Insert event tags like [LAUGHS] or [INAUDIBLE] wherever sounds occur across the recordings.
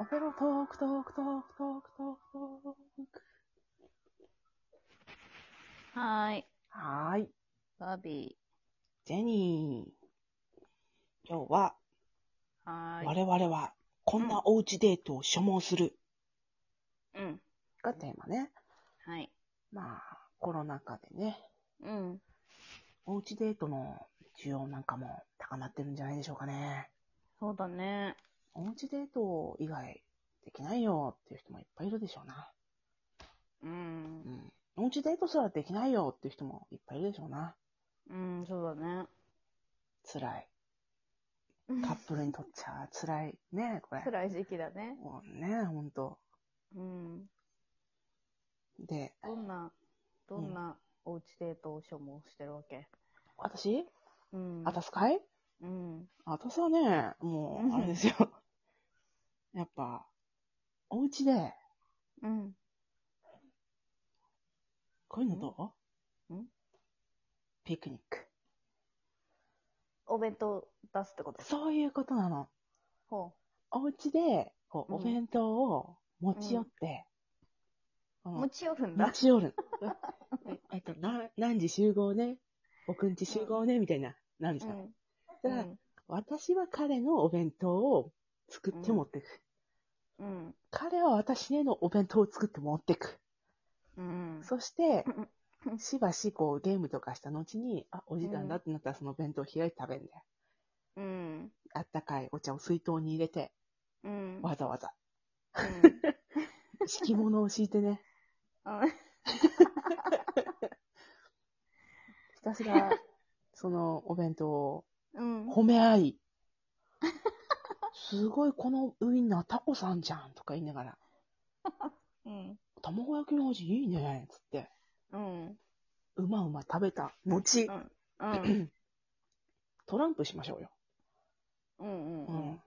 オペロトークトークトークトークトークトーク。はーい。はーい。バービジェニー。今日は、ー。はーい。我々は、こんなおうちデートを所望する。うん。がテーマね。はい。まあ、コロナ禍でね、うん。おうちデートの需要なんかも高まってるんじゃないでしょうかね。そうだね。おうちデート以外できないよっていう人もいっぱいいるでしょうな。う。うんん。おうちデートすらできないよっていう人もいっぱいいるでしょうな。うん、そうだね。辛い。うんカップルにとっちゃ辛いね、これ。辛い時期だね。もうね、ほんと。うん。で、どんな、どんなおうちデートを所望してるわけ私うん。あたすかいうん。あたすはね、もうんう、あれですよ。 [LAUGHS] やっぱ、お家で、うん。こういうのどううんピクニック。お弁当出すってことそういうことなの。ほお家で、こう、うんお弁当を持ち寄って、う。この持ち寄るん持だ。ち寄る。 [LAUGHS] えっと、な、何時集合ね。僕んち集合ね、みたいな、なるじうゃん。ん。だから私は彼のお弁当を作って持ってく。うん。彼は私へのお弁当を作って持ってく。うん。そしてうん、しばしこうゲームとかした後に、あ、お時間だってなったらその弁当を開いて食べるんだよ。うん。あったかいお茶を水筒に入れて、うん。わざわざ。うん敷物を敷いて [LAUGHS] ね、うんひたすら、そのお弁当をうん。褒め合い。すごいこのウインナータコさんじゃんとか言いながら、うん。卵焼きの味いいね、つって、うん。うまうま食べた後、うん。トランプしましょうよ。ううん。うんん。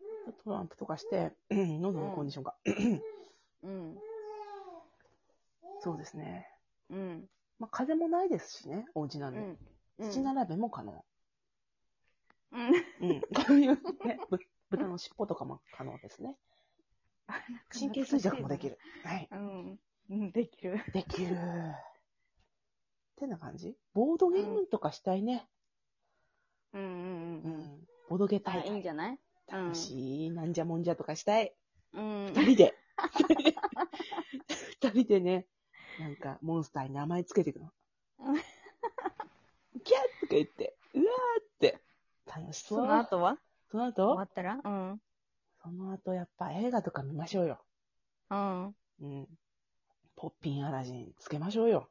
トランプとかして、うん喉のコンディションが。うん。そうですね。うん。まあ、風もないですしね、お家なうんで。ん。うん土並べも可能。うん。うん。こういうね、ぶ豚の尻尾とかも可能ですね。 [LAUGHS] 神経衰弱もできる。はい。うん。うん、できる。できる。ってな感じボードゲームとかしたいね。うんうんううん。ん。ボードゲ大あ、いいん会。じゃないうん楽しい。なんじゃもんじゃとかしたい。うん。二人で。 [LAUGHS] 二人でね、なんか、モンスターに名前つけていくのうん。キャッとか言って、うわーって。楽しそう。 [LAUGHS] その後はその終後わったらうん。その後、やっぱ映画とか見ましょうよ。うん。はうん。ポッピンアラジンつけましょうよ。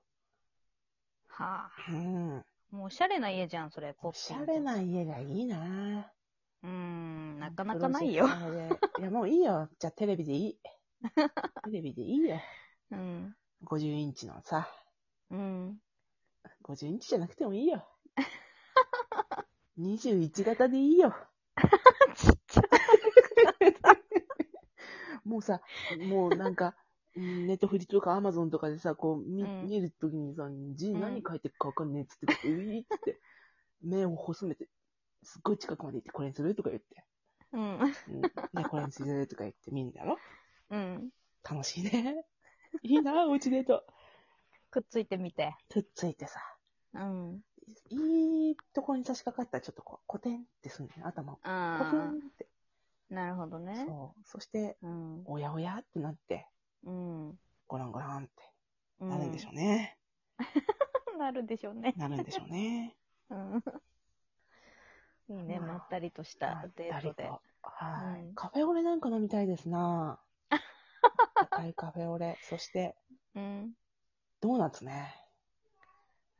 あ。うん。もうおしゃれな家じゃん、それ、ポおッしピンゃれな家がいいなうん、ななかなかないよ。。いや、もういいよ。じゃあテレビでいい。テレビでいいよ。うん。 50インチのさ、うん。 50インチじゃなくてもいい [LAUGHS] よ。21型でいいよ。[LAUGHS] ちっちゃい。もうさ、もうなん [LAUGHS] か、うんネットフリとかアマゾンとかでさ、こう、見,、うん見るときにさ、字うん何書いてるかわかんねえっつって、ういーっつって、目を細めて、すっごい近くまで行って、これにするとか言って、うん。うん、で、これにするとか言って見るんだろうん。楽しいね。いいな、おうちデート。くっついてみて。くっついてさ、うん。いいところに差し掛かったら、ちょっとこう、コテンってすんのよ、頭を。コテンあって。あ。なるほどね。そう。そして、うん。おやおやってなって、うん。ごらんごらんってうなるんでしょうね。う。なるでしょうね。なるんでしょうね。うん。 [LAUGHS] いいね、まあまったりとしたデート誰。でかはい、うんカフェオレなんか飲みたいです [LAUGHS] なぁ。高いカフェオレ。そして、うん。ドーナツね。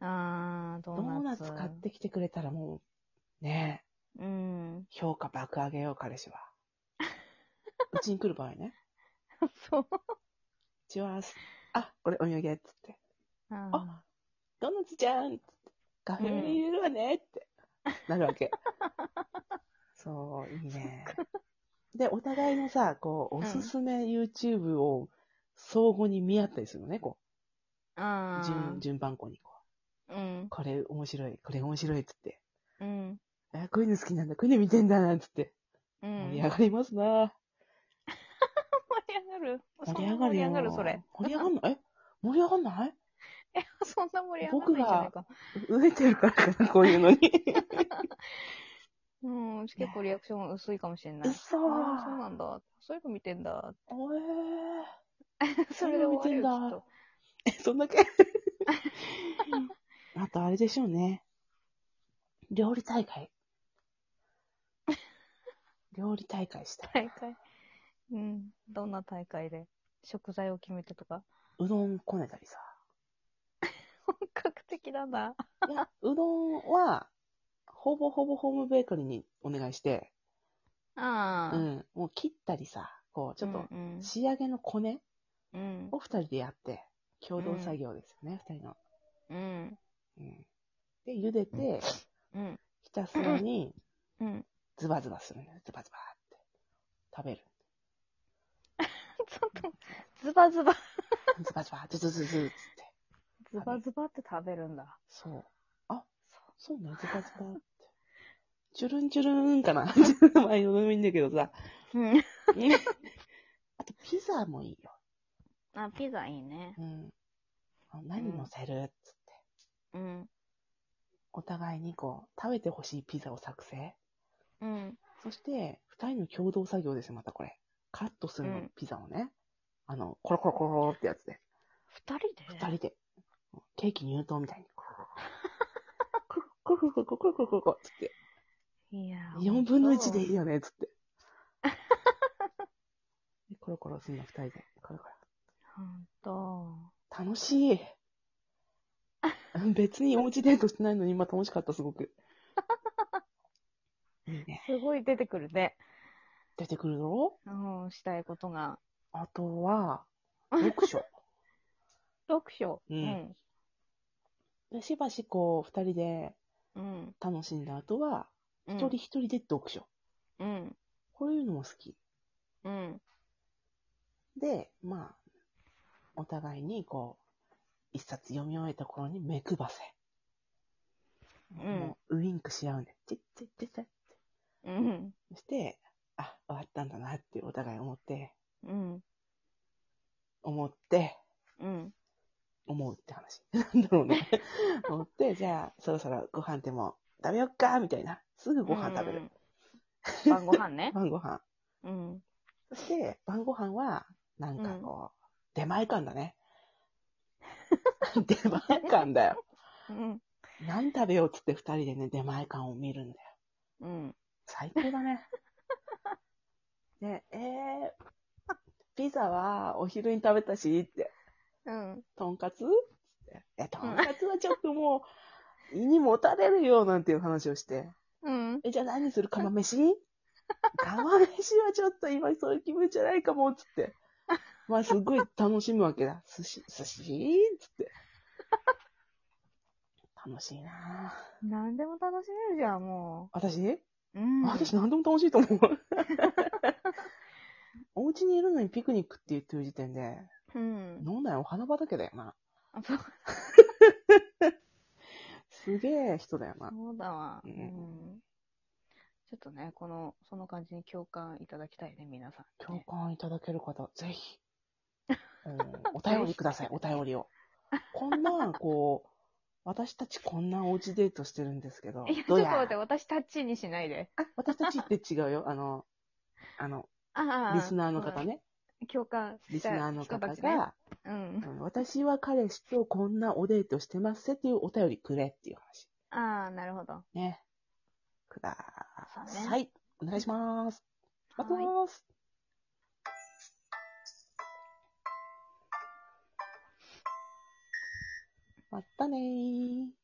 ああ、ドドーーナナツツ。買ってきてくれたらもう、ねえうん。評価爆上げよう、彼 [LAUGHS] 氏は。うちに来る場合ね。そう。チュワース。あ、これお土産っつって。あドーナツじゃんっつって。カフェオレ入れるわねって、なるわ [LAUGHS] け。そう、いいね。で、お互いのさ、こう、おすすめ YouTube を相互に見合ったりするのね、こう、あ順順番こにこう、うん。これ面白い、これ面白いっつって、うん。あ、こういうの好きなんだ、こういうの見てんだ、なんつって、う盛ん。り上がりますな、るそん盛りな上が盛るりよ。上がる [LAUGHS] それ。盛り上がんのえ盛り上がんないえ、そんな盛り上がらないじゃないか。 [LAUGHS] 飢えてるからかな、こういう [LAUGHS] のに。うん、結構リアクション薄いかもしれない。嘘あーそうなんだ。そういうの見てんだ。おえー。 [LAUGHS] それで終わるよ、そういうの見てんだきっとえ、そん [LAUGHS] だけあとあれでしょうね。料理大 [LAUGHS] 会。料理大会した。大会。うん。どんな大会で食材を決めてとか。 [LAUGHS] うどんこねたりさ。本格的だな。いや、うどんは、ほぼほぼホームベーカリーにお願いして、ああ。うん、もう切ったりさ、こう、ちょっとうん仕上げのこねうん。を二人でやって、共同作業ですよね、二、人の。うん。うん。で、茹で [LAUGHS] て、うん。ひたすらにうん。ズバズバするんだよ。ズバズバーって。食べる。ちょっと、ズバズバ。ズバズバ、ズズズズズっつって。ズバズバって食べるんだ。そう。そそうね、ズバズバって。チュルンチュルンかな。 [LAUGHS] 前の飲みんだけどさ。う。うん。あと、ピザもいいよ。 [LAUGHS] あ、ピザいいね。うん。あ何乗せるっつって。うん。お互いにこう、食べてほしいピザを作成。うん。そして、二人の共同作業ですよ、またこれ。カットするうのん、ピザをね。あの、コロコロコロコロってやつで。二人で二人で。ケーキ入刀みたいに。コロコロコロコロコロコロコロコロコロコロコロつって。いやー。 4分の1で本いいよね、つって。でコロコロすんの、二人で。コロコ当。本当。ロ。楽しい。別におうちデートしてないのに今楽しかった、すごく。いいね。すごい出てくるね。出てくるぞ。うん、したいことが。あとは、読書。読書。ううんん。でしばしこう、二人でうん。楽しんだ後は、一一人。一人で読書。うん。こういうのも好き。うん。で、まあ、お互いにこう、一冊読み終えた頃に目配せ。うんも。うウインクし合うんで、チッチッチッチッうん。そして、あ、終わったんだなってお互い思って、うん。思って、うん。思うって話。なんだろうね。思って、じゃあ、そろそろご飯でも食べよっか、みたいな。すぐご飯食べる。うん。晩ご飯ね。 [LAUGHS] 晩ご飯。うん。そして、晩ご飯は、なんかこう、出前館だね。出前館だよ。うん。何食べようっつって二人でね、出前館を見るんだよ。うん。最高だね。 [LAUGHS] ねえー、ピザはお昼に食べたしって、うん。とんかつってえ、とんかつはちょっともう、胃にもたれるよなんていう話をして、うん。え、じゃあ何する [LAUGHS] 釜飯釜飯はちょっと今そういう気分じゃないかも、つって。まあすごい楽しむわけだ。寿司、寿司つって。楽しいなぁ何でも楽しめるじゃん、も私う。うん。私何でも楽しいと思う。 [LAUGHS] お家にいるのにピクニックって言ってる時点で、うん。飲んだらお花畑だよな。あそうすげえ人だよな。そうだわ。ううんん。ちょっとね、この、その感じに共感いただきたいね、皆さん、共ね。感いただける方、ぜひ。 [LAUGHS] うんお便りください、お便りを。こんな、こう、私たちこんなおうちデートしてるんですけどいや、、ちどょっうと待やって、私たちにしないで。あ私たちって違うよ。あの、あの、ああ。リスナーの方ね。ね。共感したリスナーの方人たちねが、うん。うん私は彼氏とこんなおデートしてますっていうお便りくれっていう話。ああ、なるほど。ね。くだそうねさい。お願いします。は待っています。まったねー。